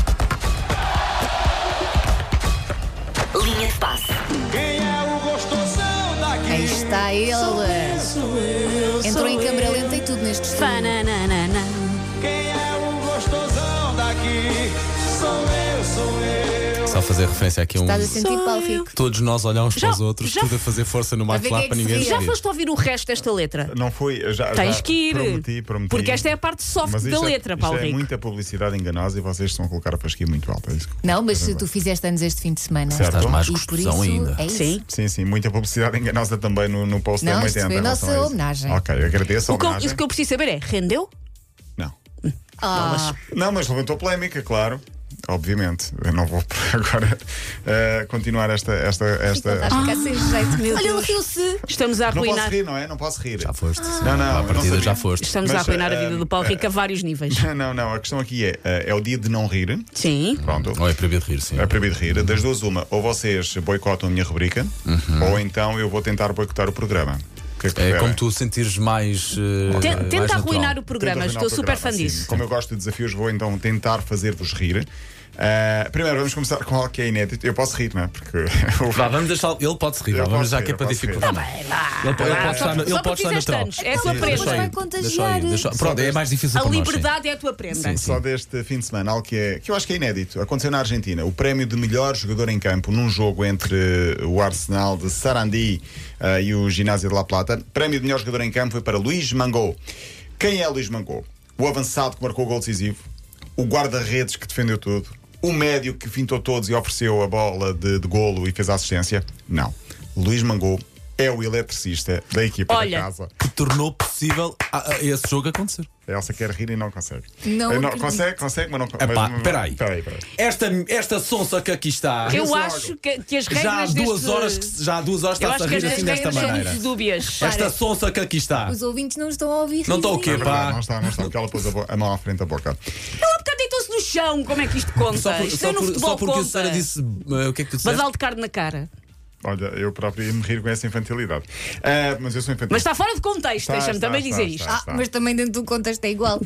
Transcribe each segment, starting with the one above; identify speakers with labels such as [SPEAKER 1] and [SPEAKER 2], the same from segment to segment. [SPEAKER 1] é
[SPEAKER 2] É
[SPEAKER 1] é
[SPEAKER 3] Só fazer referência aqui a um.
[SPEAKER 2] Estás a sentir qual fico?
[SPEAKER 3] Todos nós olhamos
[SPEAKER 4] assim- Já-
[SPEAKER 3] para os outros,
[SPEAKER 4] já-
[SPEAKER 3] tudo a fazer força no
[SPEAKER 2] ver
[SPEAKER 3] Mike
[SPEAKER 2] quem é
[SPEAKER 3] lá
[SPEAKER 2] que
[SPEAKER 3] para ninguém
[SPEAKER 2] se
[SPEAKER 4] Já
[SPEAKER 3] saber.
[SPEAKER 4] foste ouvir o resto desta letra?
[SPEAKER 5] Não foi, eu já,
[SPEAKER 4] Tens
[SPEAKER 5] já
[SPEAKER 4] que ir.
[SPEAKER 5] prometi, prometi.
[SPEAKER 4] Porque esta é a parte soft
[SPEAKER 5] Mas
[SPEAKER 4] da
[SPEAKER 5] isto é-
[SPEAKER 4] letra,
[SPEAKER 5] isto
[SPEAKER 4] Paulo
[SPEAKER 5] é
[SPEAKER 4] Rico.
[SPEAKER 5] muita publicidade enganosa e vocês estão a colocar a fasquia muito alta. é isso que-
[SPEAKER 2] Não, mas se tu fizeste anos este fim de semana.
[SPEAKER 5] Certo.
[SPEAKER 3] Estás mais
[SPEAKER 2] E por isso
[SPEAKER 3] gostosão ainda.
[SPEAKER 2] é isso.
[SPEAKER 4] Sim.
[SPEAKER 5] Sim, sim, muita publicidade enganosa também no, no post
[SPEAKER 2] Não,
[SPEAKER 5] da
[SPEAKER 2] isto
[SPEAKER 5] 80.
[SPEAKER 2] foi
[SPEAKER 5] em
[SPEAKER 2] a
[SPEAKER 5] relação
[SPEAKER 2] nossa
[SPEAKER 5] isso.
[SPEAKER 2] homenagem.
[SPEAKER 5] Ok, agradeço a
[SPEAKER 4] O que, eu,
[SPEAKER 5] homenagem.
[SPEAKER 4] o que eu preciso saber é: rendeu?
[SPEAKER 5] Não.
[SPEAKER 2] Ah,
[SPEAKER 5] Não, mas levantou polémica, claro. Obviamente. Eu não vou agora eh, continuar esta. esta, esta,
[SPEAKER 2] Estás a ficar sem jeito, meu
[SPEAKER 4] Ah. Olha, ele
[SPEAKER 2] Deus.
[SPEAKER 4] riu-se. Estamos a
[SPEAKER 5] Não posso
[SPEAKER 4] arruinar.
[SPEAKER 5] rir, não é? Não posso rir.
[SPEAKER 3] Já foste. sim.
[SPEAKER 5] Não, não,
[SPEAKER 3] À
[SPEAKER 5] não
[SPEAKER 3] partida
[SPEAKER 5] sabia.
[SPEAKER 3] já foste.
[SPEAKER 4] Estamos a
[SPEAKER 5] Mas,
[SPEAKER 4] arruinar a
[SPEAKER 3] eh,
[SPEAKER 4] vida
[SPEAKER 5] ah,
[SPEAKER 4] do Paulo Rico a vários níveis.
[SPEAKER 5] Não, não, a questão aqui é: eh, é o dia de não rir.
[SPEAKER 4] Sim.
[SPEAKER 5] Pronto.
[SPEAKER 3] Ou é proibido rir, sim.
[SPEAKER 5] É proibido rir. Das duas, uma, ou vocês boicotam a minha rubrica,
[SPEAKER 4] Uhum.
[SPEAKER 5] ou então eu vou tentar boicotar o programa. O que é que
[SPEAKER 3] É
[SPEAKER 5] preferem?
[SPEAKER 3] como tu sentires mais. eh,
[SPEAKER 4] Ten-
[SPEAKER 3] mais
[SPEAKER 4] Tenta
[SPEAKER 3] natural.
[SPEAKER 4] arruinar o programa,
[SPEAKER 5] Tento arruinar
[SPEAKER 4] estou
[SPEAKER 5] o
[SPEAKER 4] super fã
[SPEAKER 5] programa, sim.
[SPEAKER 4] disso.
[SPEAKER 5] Como eu gosto de desafios, vou então tentar fazer-vos rir. Ah, primeiro, vamos começar com algo que é inédito. Eu posso rir, não é? Porque eu
[SPEAKER 3] Vá, vamos deixar. Ele pode se rir,
[SPEAKER 5] Eu
[SPEAKER 3] vá, vamos
[SPEAKER 5] posso
[SPEAKER 3] já
[SPEAKER 5] rir,
[SPEAKER 3] que é
[SPEAKER 5] eu
[SPEAKER 3] para
[SPEAKER 5] posso rir.
[SPEAKER 4] Tá
[SPEAKER 3] dificultar. Ele pode ele pode estar
[SPEAKER 4] Só
[SPEAKER 3] no- ele pode
[SPEAKER 4] porque
[SPEAKER 3] estar
[SPEAKER 4] fizeste
[SPEAKER 3] natural.
[SPEAKER 4] anos. É a sua
[SPEAKER 3] Sim,
[SPEAKER 4] prenda.
[SPEAKER 3] deixa aí,
[SPEAKER 2] Vai
[SPEAKER 3] deixa aí,
[SPEAKER 2] contagiar.
[SPEAKER 3] deixa aí. Pronto, é mais difícil
[SPEAKER 4] A
[SPEAKER 3] para nós. sim.
[SPEAKER 4] liberdade é a tua prenda.
[SPEAKER 3] Sim, sim.
[SPEAKER 5] Só deste fim de semana, algo que, é, que eu acho que é inédito. Aconteceu na Argentina. O prémio de melhor jogador em campo num jogo entre eh, o Arsenal de Sarandi eh, e o Ginásio de La Plata. Prémio de melhor jogador em campo foi para Luís Mangou. Quem é Luís Mangou? O avançado que marcou o gol decisivo, o guarda-redes que defendeu tudo, o médio que fintou todos e ofereceu a bola de, de golo e fez a assistência? Não. Luís Mangou é o eletricista da equipa
[SPEAKER 4] Olha.
[SPEAKER 5] da casa.
[SPEAKER 3] Que tornou possível a- a esse jogo acontecer.
[SPEAKER 5] A Elsa quer rir e não consegue.
[SPEAKER 2] Não
[SPEAKER 5] Eh,
[SPEAKER 2] acredito.
[SPEAKER 5] consegue, consegue, mas não
[SPEAKER 3] Epá,
[SPEAKER 5] mas-
[SPEAKER 3] peraí.
[SPEAKER 5] Peraí, peraí.
[SPEAKER 3] Esta, esta sonsa que aqui está.
[SPEAKER 4] Eu
[SPEAKER 5] Esse
[SPEAKER 4] acho
[SPEAKER 5] órgão.
[SPEAKER 4] que, que as regras.
[SPEAKER 3] Já há duas
[SPEAKER 4] deste-
[SPEAKER 3] horas que se- já há duas horas
[SPEAKER 4] Eu acho
[SPEAKER 3] está-se a
[SPEAKER 4] que as
[SPEAKER 3] rir assim
[SPEAKER 4] regras
[SPEAKER 3] desta
[SPEAKER 4] são
[SPEAKER 3] maneira.
[SPEAKER 4] muito dúbias.
[SPEAKER 3] Esta sonsa que aqui está.
[SPEAKER 2] Os ouvintes não estão a ouvir.
[SPEAKER 3] Não estão o quê,
[SPEAKER 2] risinho.
[SPEAKER 3] pá?
[SPEAKER 5] É Não está, não está, porque ela pôs a, bo- a mão à frente da boca.
[SPEAKER 4] Ela há bocado deitou-se no chão. Como é que isto conta?
[SPEAKER 3] Só, por-
[SPEAKER 4] isto
[SPEAKER 3] só
[SPEAKER 4] nem no
[SPEAKER 3] por-
[SPEAKER 4] futebol
[SPEAKER 3] só porque a
[SPEAKER 4] conta.
[SPEAKER 3] senhora disse. eh, o que é que tu disseste?
[SPEAKER 4] Basal de carne na cara.
[SPEAKER 5] Olha, eu próprio ia me rir com essa infantilidade. Ah, mas eu sou infantil.
[SPEAKER 4] Mas tá- está fora de contexto,
[SPEAKER 5] Está,
[SPEAKER 4] deixa-me
[SPEAKER 5] está,
[SPEAKER 4] também
[SPEAKER 5] está,
[SPEAKER 4] dizer
[SPEAKER 5] está.
[SPEAKER 4] isto.
[SPEAKER 2] Ah, mas também dentro do contexto é igual.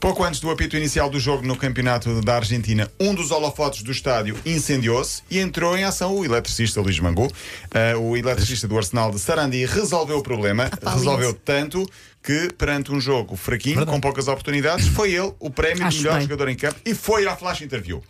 [SPEAKER 5] Pouco antes do apito inicial do jogo no Campeonato da Argentina, um dos holofotes do estádio incendiou-se e entrou em ação o eletricista Luís Mangou. Ah, o eletricista do Arsenal de Sarandi resolveu o problema, resolveu tanto que, perante um jogo fraquinho, com poucas oportunidades, foi ele o prémio
[SPEAKER 4] Acho
[SPEAKER 5] de melhor
[SPEAKER 4] bem.
[SPEAKER 5] jogador em campo e foi à Flash Interview.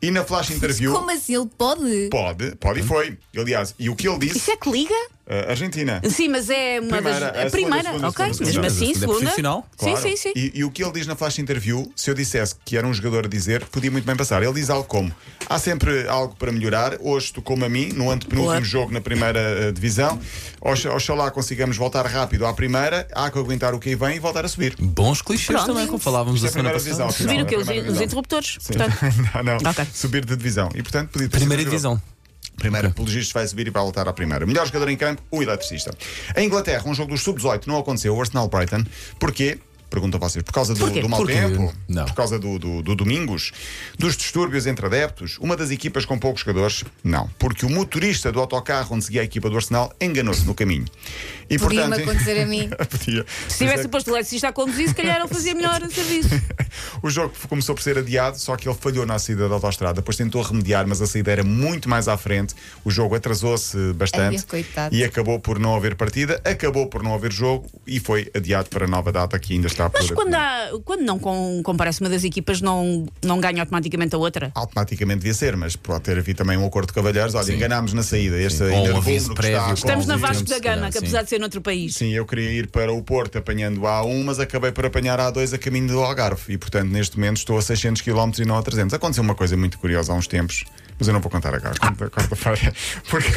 [SPEAKER 5] E na Flash Interview.
[SPEAKER 4] é?
[SPEAKER 2] Como assim? Ele pode?
[SPEAKER 5] Pode, pode e foi. Aliás, e o que ele disse,
[SPEAKER 4] Isso é que liga?
[SPEAKER 5] ah, Argentina.
[SPEAKER 4] Sim, mas é uma
[SPEAKER 5] Primeira,
[SPEAKER 4] das.
[SPEAKER 5] a segunda,
[SPEAKER 4] primeira,
[SPEAKER 5] segunda,
[SPEAKER 4] ok.
[SPEAKER 5] segunda,
[SPEAKER 4] Mesmo
[SPEAKER 5] segunda.
[SPEAKER 4] assim,
[SPEAKER 3] Segunda é
[SPEAKER 4] segunda.
[SPEAKER 3] profissional,
[SPEAKER 5] Claro.
[SPEAKER 4] Sim, sim, sim.
[SPEAKER 5] E, e o que ele diz na flash interview, se eu dissesse que era um jogador a dizer, podia muito bem passar. Ele diz algo como: há sempre algo para melhorar. Hoje tocou-me a mim, no antepenúltimo
[SPEAKER 4] Boa.
[SPEAKER 5] jogo na primeira eh, divisão. Oxa- Oxalá consigamos voltar rápido à primeira. Há que aguentar o que aí vem e voltar a subir.
[SPEAKER 3] Bons clichês
[SPEAKER 4] Pronto.
[SPEAKER 3] também, como falávamos
[SPEAKER 5] Isto é
[SPEAKER 3] a
[SPEAKER 5] a
[SPEAKER 3] semana
[SPEAKER 5] primeira
[SPEAKER 3] passada.
[SPEAKER 5] divisão.
[SPEAKER 4] Subir
[SPEAKER 5] Não,
[SPEAKER 4] o quê?
[SPEAKER 5] é a
[SPEAKER 4] Os,
[SPEAKER 5] primeira
[SPEAKER 4] os
[SPEAKER 5] divisão.
[SPEAKER 4] interruptores? Portanto,
[SPEAKER 5] não, não.
[SPEAKER 4] Ok.
[SPEAKER 5] Subir de divisão. E portanto, podia ter sido um
[SPEAKER 3] Primeira
[SPEAKER 5] jogador.
[SPEAKER 3] divisão.
[SPEAKER 5] Primeiro, pelos registros, vai subir e vai voltar à primeira. Melhor jogador em campo, o eletricista. Em Inglaterra, um jogo dos sub-18 não aconteceu, o Arsenal Brighton. Porquê? Pergunto a vocês. Por causa do,
[SPEAKER 4] Porquê?
[SPEAKER 5] do mau
[SPEAKER 3] Porquê?
[SPEAKER 5] tempo?
[SPEAKER 3] Não.
[SPEAKER 5] Por causa do, do- do Domingos? Dos distúrbios entre adeptos? Uma das equipas com poucos jogadores? Não. Porque o motorista do autocarro onde seguia a equipa do Arsenal enganou-se no caminho. E
[SPEAKER 2] Podia-me
[SPEAKER 5] portanto.
[SPEAKER 2] acontecer a mim.
[SPEAKER 5] Podia. é
[SPEAKER 4] se tivesse posto eletricista a conduzir, se calhar ele fazia melhor o serviço.
[SPEAKER 5] O jogo começou por ser adiado, só que ele falhou na saída da autostrada. Depois tentou remediar, mas a saída era muito mais à frente. O jogo atrasou-se bastante
[SPEAKER 2] Ai, coitado.
[SPEAKER 5] e acabou por não haver partida, acabou por não haver jogo e foi adiado para nova data que ainda está
[SPEAKER 4] Mas
[SPEAKER 5] por.
[SPEAKER 4] quando, há, quando não com- comparece uma das equipas, não, não ganha automaticamente a outra?
[SPEAKER 5] Ah, Automaticamente devia ser, mas pode ter havido também um acordo de cavalheiros. Olha, enganámos na saída. Este
[SPEAKER 3] Ou um
[SPEAKER 5] enervou-me
[SPEAKER 3] aviso
[SPEAKER 5] no que
[SPEAKER 3] prévio.
[SPEAKER 5] está a
[SPEAKER 4] Estamos na
[SPEAKER 3] Algum
[SPEAKER 4] Vasco
[SPEAKER 3] tempo,
[SPEAKER 4] da
[SPEAKER 3] se calhar,
[SPEAKER 4] Gama, que
[SPEAKER 3] sim.
[SPEAKER 4] apesar de ser noutro país.
[SPEAKER 5] Sim, eu queria ir para o Porto apanhando a A1, mas acabei por apanhar a A2 a caminho do Algarve. E, portanto, neste momento estou a 600 km e não a 300. Aconteceu uma coisa muito curiosa há uns tempos, mas eu não vou contar agora, conta- quarta-feira, porque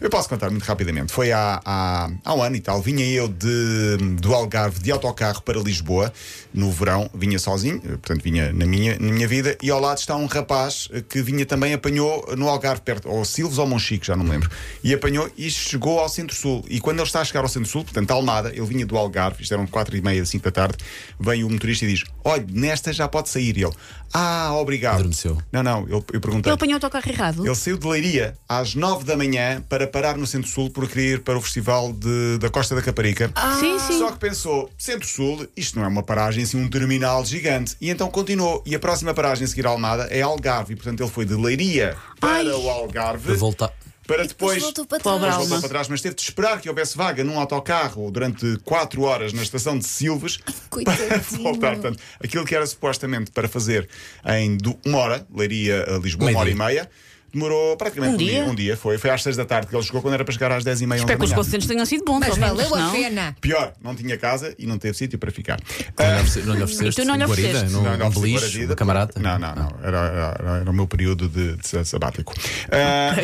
[SPEAKER 5] eu posso contar muito rapidamente. Foi há, há, há um ano e tal, vinha eu de, do Algarve de autocarro para Lisboa, no verão, vinha sozinho, eh, portanto, vinha na minha, na minha vida, e ao lado está um rapaz eh, que vinha também, apanhou no Algarve, perto, ou Silves ou Monchique, já não me lembro, e apanhou e chegou ao Centro-Sul. E quando ele está a chegar ao Centro-Sul, portanto, a Almada, ele vinha do Algarve, isto eram 4 e meia, 5 da tarde, vem o motorista e diz: Olha, nesta já pode sair. E ele, ah, obrigado.
[SPEAKER 3] Adormeceu.
[SPEAKER 5] Não, não, eu, eu perguntei.
[SPEAKER 4] Ele apanhou o tocar errado.
[SPEAKER 5] Ele saiu de Leiria às 9 da manhã para parar no Centro-Sul porque queria ir para o Festival de- da Costa da Caparica.
[SPEAKER 4] Sim, sim.
[SPEAKER 5] Ah, Só que pensou, Centro-Sul, isto não é uma paragem, sim um terminal gigante. E então continuou. E a próxima paragem a seguir à Almada é Algarve. E portanto ele foi de Leiria para
[SPEAKER 4] Ai.
[SPEAKER 5] o Algarve.
[SPEAKER 3] Voltar.
[SPEAKER 5] para
[SPEAKER 2] E depois
[SPEAKER 5] Então depois.
[SPEAKER 2] voltou para
[SPEAKER 4] Pobre
[SPEAKER 5] Depois
[SPEAKER 2] trás.
[SPEAKER 5] voltou
[SPEAKER 4] Alma.
[SPEAKER 5] para trás, mas teve de esperar que houvesse vaga num autocarro durante 4 horas na estação de Silves para
[SPEAKER 2] Coitadinho.
[SPEAKER 5] voltar. Portanto, aquilo que era supostamente para fazer em du- uma hora, Leiria a Lisboa, uma hora e
[SPEAKER 3] Meio-dia.
[SPEAKER 5] meia, demorou praticamente
[SPEAKER 4] Um
[SPEAKER 5] um dia.
[SPEAKER 4] dia?
[SPEAKER 5] Um dia foi. Foi às 6 da tarde que ele chegou quando era para chegar às 10 e meia.
[SPEAKER 4] Espero que os
[SPEAKER 5] da manhã.
[SPEAKER 4] conselhos tenham sido bons,
[SPEAKER 2] Mas
[SPEAKER 4] pelo menos,
[SPEAKER 2] valeu a
[SPEAKER 4] não?
[SPEAKER 2] pena.
[SPEAKER 5] Pior, não tinha casa e não teve sítio para ficar.
[SPEAKER 4] Um
[SPEAKER 3] Não lhe ofereceste- Não lhe ofereceste
[SPEAKER 4] Tu não lhe
[SPEAKER 3] guarida,
[SPEAKER 4] ofereceste.
[SPEAKER 3] não- um
[SPEAKER 5] ofereci
[SPEAKER 3] beliche,
[SPEAKER 5] guarida,
[SPEAKER 3] uma camarada.
[SPEAKER 5] é Não, não, não. Era, era- era o meu período de, de sabático. Ah,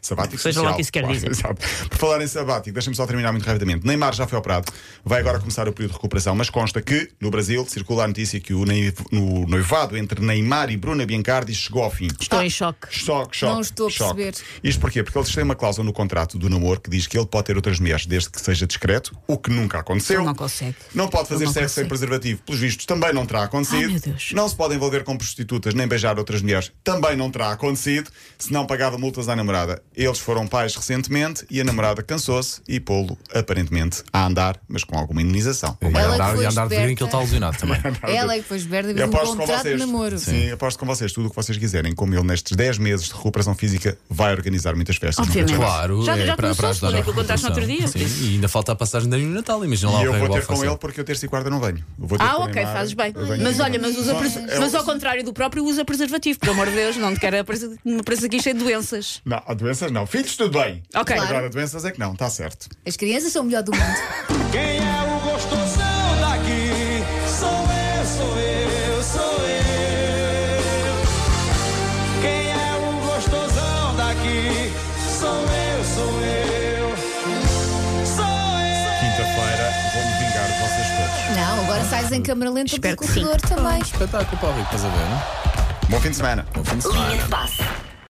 [SPEAKER 5] sabático
[SPEAKER 4] Seja lá o que isso quer
[SPEAKER 5] claro,
[SPEAKER 4] dizer.
[SPEAKER 5] exato. Por falar em sabático, deixa-me só terminar muito rapidamente. Neymar já foi operado, vai agora começar o período de recuperação, mas consta que no Brasil circula a notícia que o noivo- no noivado entre Neymar e Bruna Biancardi chegou ao fim.
[SPEAKER 4] Estou em choque.
[SPEAKER 5] Choque, choque.
[SPEAKER 2] Não estou a
[SPEAKER 5] choque.
[SPEAKER 2] perceber.
[SPEAKER 5] Isto porquê? Porque eles têm uma cláusula no contrato do namoro que diz que ele pode ter outras mulheres desde que seja discreto, o que nunca aconteceu.
[SPEAKER 4] Ele não consegue.
[SPEAKER 5] Não pode fazer
[SPEAKER 4] Ele não
[SPEAKER 5] sexo sem
[SPEAKER 4] consegue.
[SPEAKER 5] preservativo, pelos vistos, também não terá acontecido.
[SPEAKER 4] Ai, meu Deus.
[SPEAKER 5] Não se pode envolver com prostitutas nem beijar outras mulheres, também não terá acontecido, se não pagava multas à namorada. Eles foram pais recentemente e a namorada cansou-se e pô-lo, aparentemente, a andar, mas com alguma indenização.
[SPEAKER 3] E
[SPEAKER 2] Ela
[SPEAKER 3] andar,
[SPEAKER 2] que foi
[SPEAKER 3] e andar de ver em que
[SPEAKER 2] esperta.
[SPEAKER 3] ele está lesionado também.
[SPEAKER 2] Ela é que foi esberda e
[SPEAKER 5] Eu
[SPEAKER 2] fez um
[SPEAKER 5] aposto com
[SPEAKER 2] contrato de
[SPEAKER 5] vocês.
[SPEAKER 2] namoro.
[SPEAKER 5] Sim, aposto com vocês tudo o que vocês quiserem. Como ele, nestes 10 meses de recuperação física, vai organizar muitas festas.
[SPEAKER 4] Obviamente.
[SPEAKER 3] Claro,
[SPEAKER 4] Já-
[SPEAKER 3] é
[SPEAKER 4] já
[SPEAKER 3] para,
[SPEAKER 4] começou
[SPEAKER 3] para
[SPEAKER 4] a
[SPEAKER 3] ajudar.
[SPEAKER 4] segunda,
[SPEAKER 3] a
[SPEAKER 4] que eu contaste no outro
[SPEAKER 3] recuperação.
[SPEAKER 4] dia.
[SPEAKER 3] Sim, e ainda falta a passagem da Natal, imagina lá
[SPEAKER 5] E
[SPEAKER 3] o
[SPEAKER 5] eu
[SPEAKER 3] que é
[SPEAKER 5] vou
[SPEAKER 3] que vai
[SPEAKER 5] ter com
[SPEAKER 3] fazer.
[SPEAKER 5] ele porque eu terça e quarta não venho. Eu vou ter
[SPEAKER 4] Ah,
[SPEAKER 5] com o
[SPEAKER 4] ok,
[SPEAKER 5] Neymar,
[SPEAKER 4] fazes bem.
[SPEAKER 5] eu venho
[SPEAKER 4] Mas
[SPEAKER 5] com-
[SPEAKER 4] olha, mas, usa
[SPEAKER 5] Só-
[SPEAKER 4] pres-
[SPEAKER 5] é-
[SPEAKER 4] mas ao contrário do próprio, usa preservativo, pelo amor de Deus, não te quero é aparecer- me apareça aqui cheio de doenças.
[SPEAKER 5] Não, há doenças não. Filhos, tudo bem.
[SPEAKER 4] Ok.
[SPEAKER 5] Agora,
[SPEAKER 2] Claro.
[SPEAKER 5] doenças é que não, está certo.
[SPEAKER 2] As crianças são o melhor do mundo.
[SPEAKER 1] Quem é o gostosão daqui? Sou eu, sou eu, sou eu. Quem é o gostosão daqui? Sou eu, sou eu. Sou eu.
[SPEAKER 5] Quinta-feira vou-me vingar de vocês todos.
[SPEAKER 2] Não, agora sais em câmara lenta
[SPEAKER 4] Espero
[SPEAKER 2] pelo
[SPEAKER 4] que sim.
[SPEAKER 2] corredor também.
[SPEAKER 3] Espetáculo, Paulo, estás a ver, não?
[SPEAKER 5] Bom fim de semana.
[SPEAKER 3] Bom fim de semana.
[SPEAKER 6] Linha de passe.